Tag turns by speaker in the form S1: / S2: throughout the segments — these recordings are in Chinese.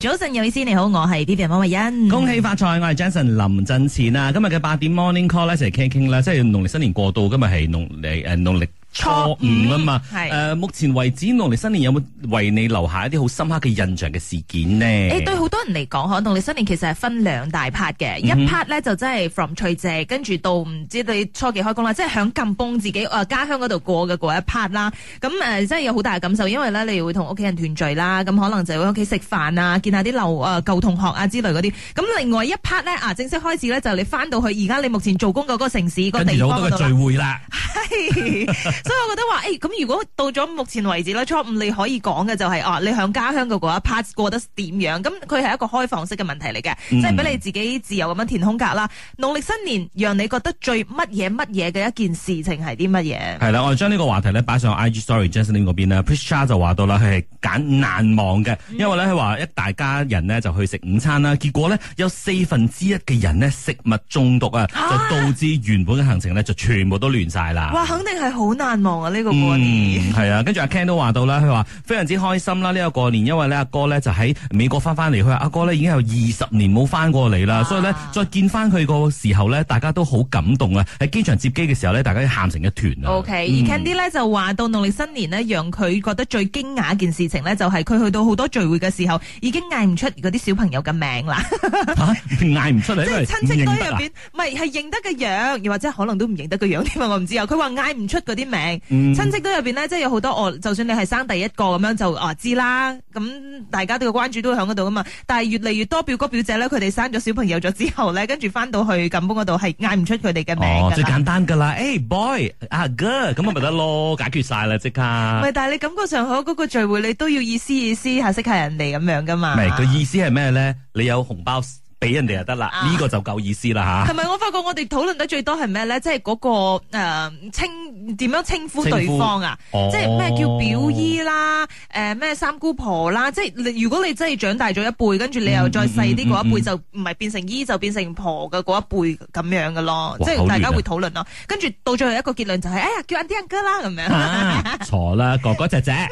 S1: 早晨，有意思，你好，我係 B B 溫慧欣。
S2: 恭喜發財！我係 Jason 林振前啊！今日嘅八點 Morning Call 咧，一齊傾一傾啦，即係農曆新年過到，今日係農曆誒農曆初五啊嘛。
S1: 初五係
S2: 誒、目前為止農曆新年有冇為你留下一啲好深刻嘅印象嘅事件呢？
S1: 誒、對好多人嚟講，可能你新年其實係分兩大 part 嘅，
S2: 嗯
S1: 一 part 咧就真係 from 除夕，跟住到唔知你初幾開工啦，即係響禁崩自己誒、呃家鄉嗰度過嘅嗰一 part 啦。咁誒、呃真係有好大嘅感受，因為咧你會同屋企人團聚啦，咁可能就會喺屋企食飯啊，見下啲舊誒舊同學啊之類嗰啲。咁另外一 part 咧啊，正式開始咧就你翻到去而家你目前做工嘅嗰個城市、個
S2: 跟住
S1: 地
S2: 有好
S1: 方
S2: 多
S1: 嗰度啦
S2: 嘅聚。會啦，
S1: 係 所以我覺得話，誒、哎咁如果到咗目前為止咧，初五你可以講嘅就係、啊，你響家鄉嘅嗰一 part 過得點樣？咁佢係一個開放式嘅問題嚟嘅，
S2: 嗯
S1: 即係俾你自己自由咁樣填空格啦。農曆新年讓你覺得最乜嘢乜嘢嘅一件事情係啲乜嘢？
S2: 係啦，我哋將呢個話題咧擺上 IG Story Jason 嗰邊啦。Prisha 就話到啦，佢係揀難忘嘅，
S1: 嗯
S2: 因為咧佢話一大家人呢就去食午餐啦，結果呢，有四分之一嘅人呢食物中毒啊，就導致原本嘅行程呢就全部都亂晒啦。
S1: 哇，肯定係好難忘啊！呢、個過年。
S2: 嗯，係啊，跟住阿 Ken 都話到啦，佢話非常之開心啦，呢、個過年，因為呢阿哥呢就喺美國翻翻嚟，佢話阿哥呢已經有二十年冇翻過嚟啦，
S1: 啊
S2: 所以呢，再見翻佢個時候呢，大家都好感動啊！喺機場接機嘅時候呢，大家喊成一團啊
S1: O、k 而 Candy 咧就話到農曆新年呢，讓佢覺得最驚訝一件事情呢，就係佢去到好多聚會嘅時候，已經嗌唔出嗰啲小朋友嘅名啦。
S2: 嚇嗌唔出嚟，
S1: 即
S2: 因
S1: 係
S2: 為
S1: 親戚堆
S2: 唔
S1: 入
S2: 認得啊
S1: 邊，唔係係認得嘅樣，又或者可能都唔認得嘅樣添啊！我唔知啊。佢話嗌唔出嗰啲名，
S2: 嗯
S1: 親戚堆入邊咧，即係有好多我，就算你係生第一個咁樣就啊知啦。咁大家都嘅關注都喺嗰度噶嘛。但係越嚟越多表哥表姐咧，佢哋生咗小朋友咗之後咧，跟住翻到去錦豐嗰度係嗌唔出佢哋嘅名
S2: 哦，
S1: 㗎
S2: 最
S1: 啦。
S2: 簡單㗎啦，誒、boy 啊 girl，咁啊咪得咯，解決晒啦即刻。
S1: 唔係，但係你感覺上喺嗰個聚會，你都要意思意思下識下人哋咁樣噶嘛。
S2: 唔係，佢意思係咩呢？你有紅包俾人哋就得啦，
S1: 啊
S2: 呢、個就夠意思啦嚇。
S1: 同埋我發覺我哋討論得最多係咩咧？即係嗰個呃稱點樣稱呼對方啊？
S2: 哦
S1: 即係咩叫表姨啦，誒、咩三姑婆啦，即係你如果你真係長大咗一輩，跟住你又再細啲嗰一
S2: 嗯
S1: 輩，就唔係變成姨就變成婆嘅嗰一輩咁樣嘅咯，
S2: 哇
S1: 即
S2: 好
S1: 係
S2: 亂啊
S1: 大家會討論咯。跟住到最後一個結論就係、哎呀叫 a u n t 哥啦咁 樣，
S2: 啊，錯啦，哥 哥姐姐，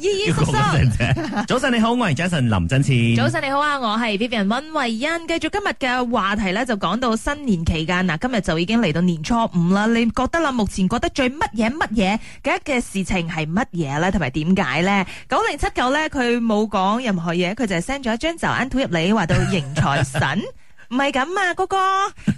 S1: 姨姨
S2: 叫
S1: 叔
S2: 哥
S1: 叔。
S2: 哥姐姐。早晨你好，我係 Jason 林振前。
S1: 早晨你好啊，我係 Vivian 温慧欣。繼續今日嘅話題咧，就講到新年期間嗱，今日就已經嚟到年初五啦。你覺得啦，目前覺得最乜嘢乜嘢嘅一嘅事情係乜嘢咧？同埋點解咧？九零七九咧，佢冇講任何嘢，佢就係 send 咗一張就啱圖入嚟，話到迎財神。 唔係咁啊，哥哥，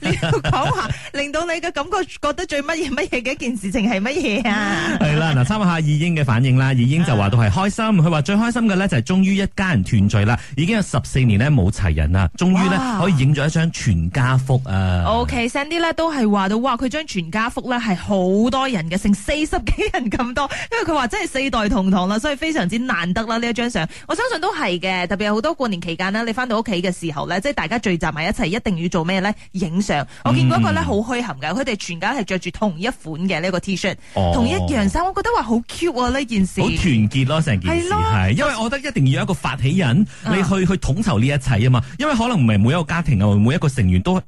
S1: 你要講下令到你嘅感覺覺得最乜嘢乜嘢嘅一件事情係乜嘢啊？
S2: 係啦，嗱，參考下二英嘅反應啦。二英就話到係開心，佢話最開心嘅咧就係終於一家人團聚啦，已經有十四年咧冇齊人啦，終於咧
S1: 哇
S2: 可以影咗一張全家福啊！
S1: O K，Sandy 咧都係話到，哇！佢將全家福咧係好多人嘅，成四十 幾人咁多，因為佢話真係四代同堂啦，所以非常之難得啦呢一張相。我相信都係嘅，特別係好多過年期間啦，你翻到屋企嘅時候咧，即係大家聚集埋一齊，一定要做咩咧？影相。
S2: 哦
S1: 我見過一個咧好虛涵㗎，佢哋全家係着住同一款嘅呢個 T 恤，
S2: 哦
S1: 同一樣衫，我覺得話好 cute 啊呢件事
S2: 好。團結咯，成件事
S1: 係咯
S2: 係，因為我覺得一定要有一個發起人，
S1: 嗯
S2: 你去去統籌呢一切啊嘛，因為可能唔係每一個家庭啊，每一個成員都。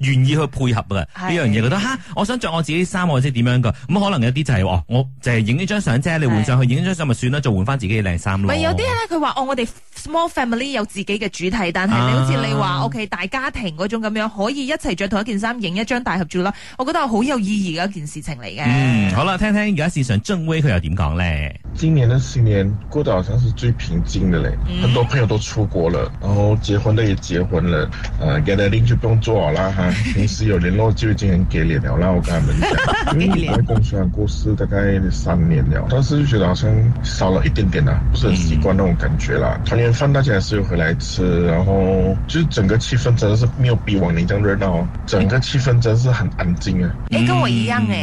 S2: 願意去配合嘅呢
S1: 係
S2: 樣嘢，覺得吓，我想着我自己衫或者點樣噶，咁可能有啲就係、哦，我就係影呢張相啫，你換上去影呢張相咪算啦，就換翻自己嘅靚衫咯。
S1: 咪有啲咧，佢話哦，我哋 small family 有自己嘅主題，但係你好似你話
S2: 啊
S1: OK 大家庭嗰種咁樣，可以一齊着同一件衫影一張大合照啦。我覺得好有意義嘅一件事情嚟嘅。
S2: 嗯，好啦，聽聽而家市場正威佢又點講咧？
S3: 今年的新年过得好像是最平静的嘞，很多朋友都出国了，然后结婚的也结婚了，呃，gathering 就不用做好啦哈，平时有联络就已经很给脸了啦，我跟他们讲，因为我在公司啊，过世大概三年了，但是就觉得好像少了一点点啦，不是很习惯那种感觉啦。团圆饭大家还是有回来吃，然后就是整个气氛真的是没有比往年这样热闹哦，整个气氛真的是很安静啊。
S1: 你
S2: 嗯
S1: 跟我一樣嘅，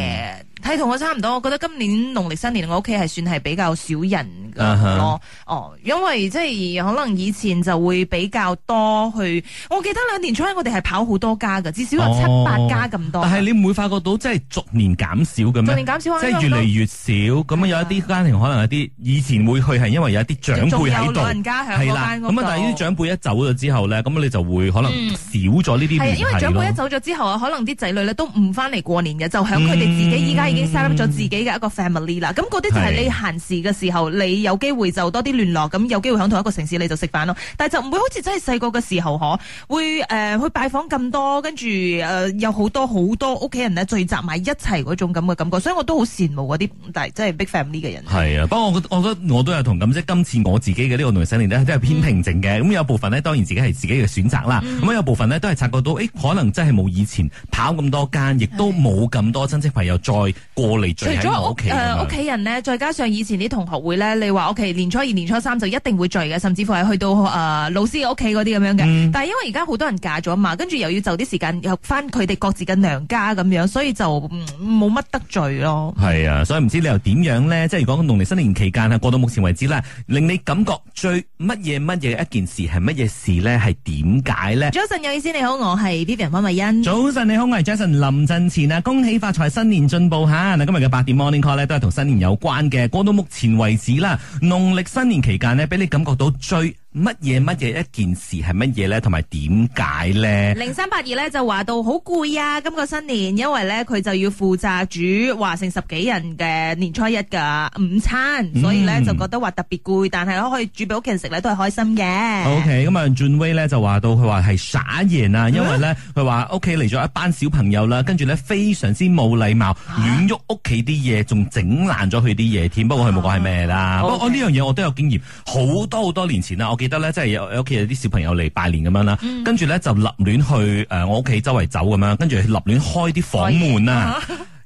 S1: 係同我差唔多。我覺得今年農曆新年我屋企係算係比較少人
S2: 啊
S1: 嘅
S2: 哈
S1: 咯。哦，因為即係可能以前就會比較多去。我記得兩年初一我哋係跑好多家嘅，至少有七八
S2: 哦
S1: 家咁多。
S2: 但係你唔會發覺到即係逐年減少嘅
S1: 逐
S2: 咩
S1: 年？減少啊
S2: 即
S1: 因為
S2: 係越
S1: 好多
S2: 嚟越少，咁
S1: 啊
S2: 樣有一啲家庭可能有啲以前會去係因為有一啲長
S1: 仲
S2: 輩
S1: 有
S2: 喺度，
S1: 老人家喺嗰
S2: 係啦，
S1: 間嗰
S2: 咁啊但係呢啲
S1: 度
S2: 長輩一走咗之後咧，咁你就會可能
S1: 嗯
S2: 少咗呢啲
S1: 係啊，
S2: 聯
S1: 因為長
S2: 繫
S1: 輩一
S2: 咯。
S1: 走咗之後啊，可能啲仔女咧都唔翻嚟過年
S2: 嗯
S1: 嘅，就響佢哋自己依家已經 set up 咗自己嘅一個 family 啦。咁嗰啲就係你閒時嘅時候，你有機會就多啲聯絡，咁有機會喺同一個城市你就食飯咯。但係就唔會好似真係細個嘅時候嗬，會誒、呃去拜訪咁多，跟住誒有好多好多屋企人咧聚集埋一齊嗰種咁嘅感覺，所以我都好羨慕嗰啲但係真係 big family 嘅人。
S2: 係啊，不過我覺我覺得我都有同感，即係今次我自己嘅呢個農曆新年咧都係偏平靜
S1: 嗯
S2: 嘅。咁、有部分呢，當然自己係自己嘅選擇啦。咁、有部分呢，都係察覺到，誒可能真係冇以前跑咁多間，亦都冇咁多親戚朋友再過嚟
S1: 除
S2: 聚喺
S1: 咗
S2: 我
S1: 屋
S2: 屋企咁啊
S1: 誒
S2: 樣。
S1: 屋企人咧，再加上以前啲同學會咧，你話 OK 年初二、年初三就一定會聚嘅，甚至乎係去到誒、呃老師嘅屋企嗰啲咁樣嘅。
S2: 嗯
S1: 但係因為而家好多人嫁咗嘛，跟住又要就啲時間又翻佢哋各自嘅娘家咁樣，所以就嗯冇乜得罪咯。
S2: 係啊，所以唔知你又點樣咧？即係如果農曆新年期間啊，過到目前為止啦，令你感覺最乜嘢乜嘢嘅一件事係乜嘢事咧？係點解咧？
S1: 早晨有意思，你好，我係 Vivian 温慧欣。
S2: 早晨，你好，我係 Jason 林振前啊！恭喜發財，新年進步吓！嗱，今日嘅八點 Morning Call 咧，都係同新年有關嘅。過到目前為止啦，農曆新年期間呢，俾你感覺到最乜嘢乜嘢一件事係乜嘢咧，同埋點解咧？
S1: 零三八二咧就話到好攰啊！今個新年，因為咧佢就要負責煮華盛十幾人嘅年初一嘅午餐，所以咧
S2: 嗯
S1: 就覺得話特別攰，但係可以煮俾屋企人食咧都係開心嘅。
S2: O K，咁啊轉威咧就話到佢話係耍言啊，因為咧佢話屋企嚟咗一班小朋友啦，跟住咧非常之冇禮貌，亂喐屋企啲嘢，仲整爛咗佢啲嘢添。不過佢冇講係咩啦。
S1: 啊
S2: 不過我
S1: OK
S2: 呢樣嘢我都有經驗，好多好多年前啦，我記得咧即係有有屋企有啲小朋友嚟拜年咁樣啦，跟住咧就立亂去誒我屋企周圍走咁樣，跟住立亂開啲房門啊，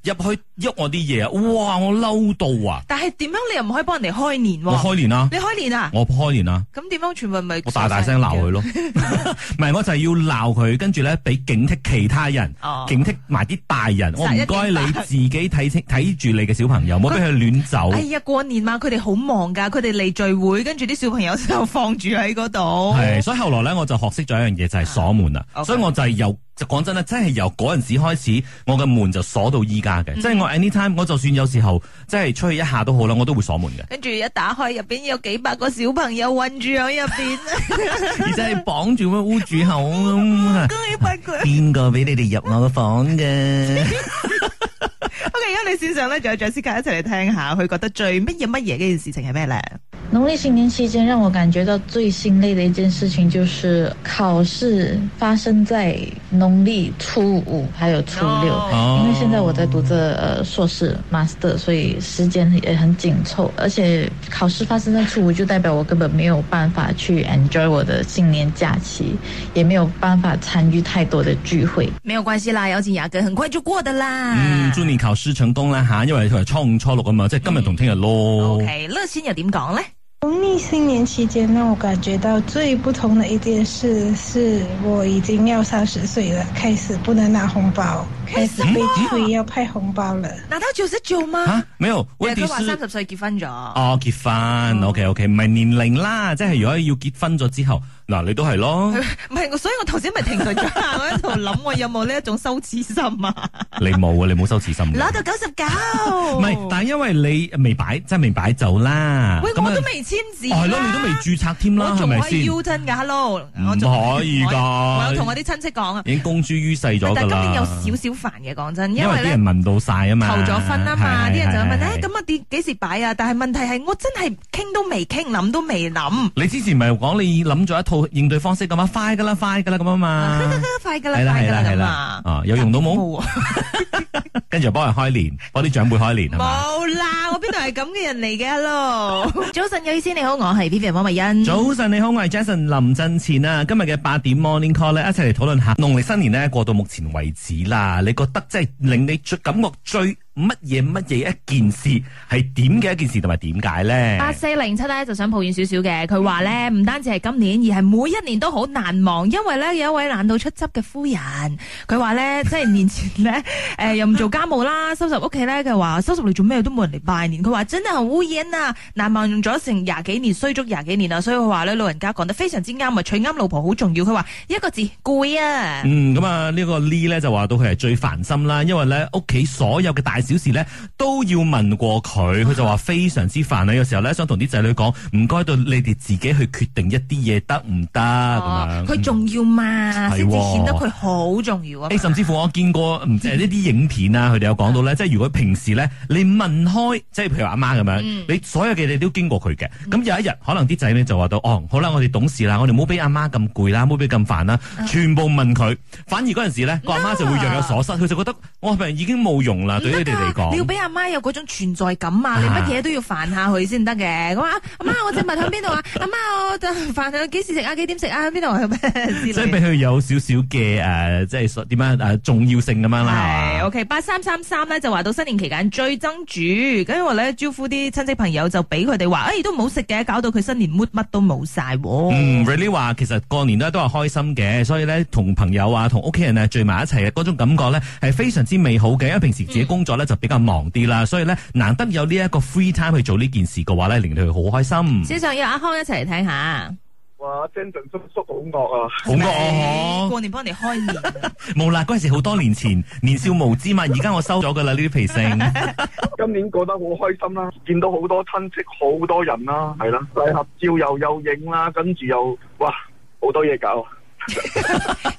S2: 入去喐我啲嘢啊，哇！我嬲到啊！
S1: 但係點樣你又唔可以幫人哋開年
S2: 我
S1: 喎？
S2: 開年啊，
S1: 你開年啊？
S2: 我開年啊！
S1: 咁點樣全部咪
S2: 我大大聲鬧佢咯，
S1: 啊
S2: 唔係我就係要鬧佢，跟住咧俾警惕其他人，
S1: 哦
S2: 警惕埋啲大人。我唔該你自己睇清睇住你嘅小朋友，唔好俾佢亂走。
S1: 哎呀，過年嘛，佢哋好忙㗎，佢哋嚟聚會，跟住啲小朋友就放住喺嗰度。
S2: 係，所以後來咧我就學識咗一樣嘢，就係鎖門啦。
S1: 哦 OK，
S2: 所以我就係由就講真啦，真係由嗰陣時開始，我嘅門就鎖到依家嘅。即係我 anytime，我就算有時候即係出去一下都好啦，我都會鎖門 嘅
S1: 跟住一打開，入邊有幾百個小朋友困住喺入 邊，
S2: 而且係綁住咁捂住口
S1: 恭
S2: 咁。
S1: 喜發佢。
S2: 邊個俾你哋入我嘅房嘅？
S1: OK，而家你線上咧，仲有爵斯卡一齊嚟聽下，佢覺得最乜嘢乜嘢嘅件事情係咩咧？
S4: 农历新年期间，让我感觉到最心累的一件事情就是考试发生在农历初五还有初六。
S1: 哦
S2: 哦
S4: 因为现在我在读着呃硕士 master，所以时间也很紧凑，而且考试发生在初五，就代表我根本没有办法去 enjoy 我的新年假期，也没有办法参与太多的聚会。
S1: 沒有關係啦，有請雅哥，很快就過的啦。
S2: 嗯，祝你考試成功啦吓，因為佢係初五、初六啊嘛，即係今日同聽日咯。
S1: 嗯 OK，樂先又點講咧？
S5: 农历新年期间，让我感觉到最不同的一件事是，我已经要三十岁了，开始不能拿红包，开始被催要派红包了。
S1: 難道就是做嗎？
S2: 啊，沒有，
S1: 其實
S2: 問題
S1: 佢話
S2: 是
S1: 三十歲結婚咗。
S2: 哦結婚，OK OK，唔係年齡啦，即係如果要結婚咗之後，嗱你都 係咯，
S1: 唔係，我所以我頭先咪停頓咗下，我喺度諗我有冇呢一種羞恥心啊？
S2: 你冇啊，你冇羞恥心嘅
S1: 攞，到九十九，
S2: 唔
S1: 唔
S2: 係，但係因為你呃未擺，即係未擺酒啦，
S1: 喂，
S2: 咁
S1: 我
S2: 啊
S1: 都未簽字，
S2: 哦係咯，你都未，註冊添啦，
S1: 我
S2: 係
S1: 仲
S2: 咪
S1: 可以
S2: 先？
S1: U turn 噶，hello，我仲
S2: 唔可以
S1: 我有
S2: 㗎，
S1: 同我啲親戚講啊，
S2: 已經公諸於世咗
S1: 但
S2: 㗎
S1: 係今
S2: 啦
S1: 年。有少少煩嘅，講真，
S2: 因
S1: 因
S2: 為
S1: 為
S2: 啲
S1: 咧
S2: 人。問到晒啊嘛，
S1: 求咗婚啊嘛，
S2: 係
S1: 啲人就會問
S2: 係係
S1: 咧，
S2: 係
S1: 咁啊點幾時擺啊？但係問題係我真係傾都未傾，諗都未諗，
S2: 你之前咪講你諗咗一套應對方式咁啊，快噶啦，快噶啦咁啊嘛，
S1: 快噶啦，
S2: 係啦
S1: 快
S2: 係
S1: 噶
S2: 啦
S1: 啦
S2: 係
S1: 咁
S2: 啦
S1: 啊，！
S2: 啊有用到冇？
S1: 冇啊
S2: 跟住幫人開年，幫啲長輩開年係嘛？
S1: 冇啦，我邊度係咁嘅人嚟嘅 咯？早晨，有意思你好，我係 Vivian 汪慧欣。
S2: 早晨，你好，我係 Jason 林振前啊。今日嘅八點 Morning Call 咧，一齊嚟討論下農曆新年咧過到目前為止啦。你覺得即係令你最感覺最乜嘢乜嘢一件事係點嘅一件事，同埋點解咧？
S1: 八四零七咧就想抱怨少少嘅，佢話咧
S2: 嗯
S1: 唔單止係今年，而係每一年都好難忘，因為咧有一位懶到出汁嘅夫人，佢話咧即係年前 咧誒、又唔做家務啦，收拾屋企咧，佢話收拾嚟做咩都冇人嚟拜年，佢話真係好烏煙啊，難忘咗成廿幾年，衰足廿幾年啦，所以佢話咧老人家講得非常之啱啊，娶啱老婆好重要，佢話一個字攰啊。
S2: 嗯，咁啊呢個 Lee 咧就話到佢係最煩心啦，因為咧屋企所有嘅大小小時咧都要問過佢，佢就話非常之煩啊。有時候咧想同啲仔女講，唔該到你哋自己去決定一啲嘢得唔得啊咁樣。
S1: 哦
S2: 嗯
S1: 佢重要嘛，
S2: 係
S1: 先至
S2: 喎哎
S1: 顯得佢好重要啊嘛。
S2: 誒，甚至乎我見過唔知係呢啲影片啊，佢哋有講
S1: 嗯
S2: 到咧，即係如果平時咧，你問開，即係譬如阿媽咁樣，
S1: 嗯
S2: 你所有嘅嘢都經過佢嘅。咁有一日，可能啲仔女就話到，哦，好啦，我哋懂事啦，我哋唔好俾阿媽咁攰啦，唔好俾咁煩啦，
S1: 啊
S2: 全部問佢。反而嗰陣時咧，個阿媽就會若有所失，佢就覺得我係咪已經冇用啦？對於你哋嚟
S1: 你要
S2: 講，
S1: 俾阿媽有嗰種存在感啊！你
S2: 啊
S1: 乜嘢都要煩下佢先得嘅。 咁啊，阿媽我隻襪喺邊度啊？阿媽 我飯啊幾時食啊？幾點食啊？喺邊度啊？
S2: 即
S1: 之
S2: 係
S1: 類
S2: 俾佢有少少嘅誒，即係所點樣誒重要性咁樣啦。係
S1: 係
S2: 嘛
S1: OK，八三三三咧就話到新年期間最憎煮，跟住話咧招呼啲親戚朋友就俾佢哋話，誒哎都唔好食嘅，搞到佢新年 mood 乜都冇晒喎。
S2: 嗯，Really 話其實過年咧都係開心嘅，所以咧同朋友啊、同屋企人啊聚埋一齊嘅嗰種感覺咧係非常之美好嘅。因為平時自己工作咧就比較忙啲啦，所以咧難得有呢一個 free time 去做呢件事嘅話咧，令到佢好開心。
S1: 先上要阿康一齊嚟睇下，
S6: 哇！精神叔叔好惡啊！
S2: 好惡
S1: 過年幫你開年啊，
S2: 哦冇啦，嗰陣時好多年前年少無知嘛，而家我收咗噶啦呢啲脾 性。
S6: 今年過得好開心啦，見到好多親戚，好多人啦，係啦，禮合照又又影啦，跟住又哇好多嘢搞。啊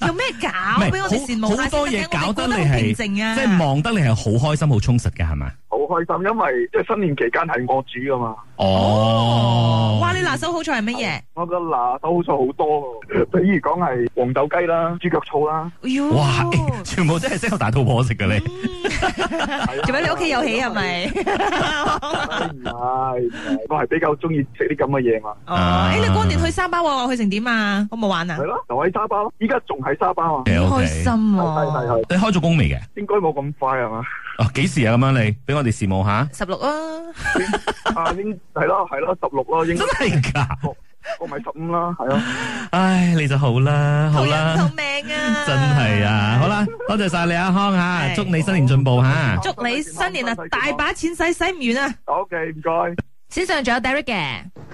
S1: 有咩
S2: 唔
S1: 搞
S2: 係
S1: 俾我哋羨慕
S2: 好
S1: 下
S2: 好
S1: 先得嘅
S2: 多嘢搞得
S1: 我哋
S2: 你
S1: 覺好
S2: 係
S1: 平靜啊，
S2: 即係望得你係好開心、好充實嘅係嘛？
S6: 好開心，因為即係新年期間係我煮噶嘛，
S2: 哦，
S1: 哦哇！你拿手好菜係乜嘢？哎
S6: 我個拿手好菜好多喎，比如講係黃豆雞啦、豬腳醋啦，
S1: 哎呦
S2: 哇，欸全部真係適合大肚婆食嘅你。
S6: 係啊
S1: 做咩你屋企有喜係？ 咪？哦
S6: 唔係，唔係我係比較中意食啲咁嘅嘢嘛，
S2: 啊
S1: 哦，誒，你過年去沙巴喎，去成點啊？好冇玩啊
S6: 係？咯，留喺沙巴咯，依家仲喺沙巴啊，
S2: OK，
S1: 開
S2: OK
S1: 心
S6: 係係
S1: 喎！
S6: 係，
S2: 你開咗工未嘅？
S6: 應該冇咁快係嘛？
S2: 哦，幾時啊？咁樣你俾我哋羨慕下，
S1: 十六啊，
S6: 啊，應係咯係咯，十六咯，應
S2: 真係噶！
S6: 我咪十五啦，係啊。
S2: 唉，你就好啦，好
S1: 人救
S2: 啦，
S1: 命啊！
S2: 真係啊！好，啦，多謝晒你阿康吓，
S1: 係
S2: 祝你新年進步吓。
S1: 祝你新年啊，大把錢使，使唔完啊！
S6: OK，唔該。
S1: 線上仲有 Derek 嘅，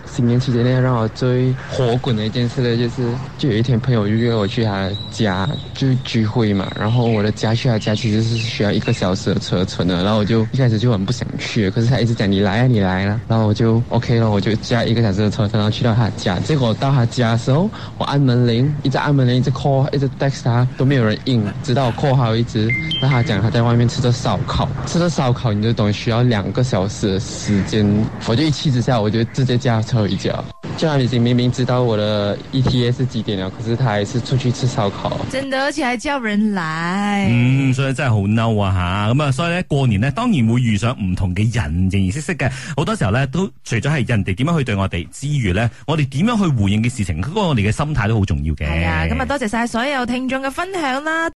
S7: 新年期间呢，让我最火滚的一件事呢，就是就有一天朋友约我去他家就聚会嘛，然后我的家去他家其实是需要一个小时的车程的，然后我就一开始就很不想去，可是他一直讲你来啊你来啊，然后我就 OK 了，我就加一个小时的车程，然后去到他家，结果到他家的时候，我按门铃，一直按门铃，一直 call，一直 text 他都没有人应，直到我 call 他为止，那他讲他在外面吃着烧烤，吃着烧烤你就懂需要两个小时的时间，我就一气之下我就直接叫他车回家，就他已经明明知道我的 ETA 是几点了，可是他还是出去吃烧烤。
S1: 真的，而且還叫人來。
S2: 嗯，所以真係好嬲啊吓，咁啊，所以咧過年咧，當然會遇上唔同嘅人，形形色色嘅。好多時候咧，都除咗係人哋點樣去對我哋之餘咧，我哋點樣去回應嘅事情，嗰個我哋嘅心態都好重要嘅。
S1: 啊係啊，咁啊，多謝晒所有聽眾嘅分享啦。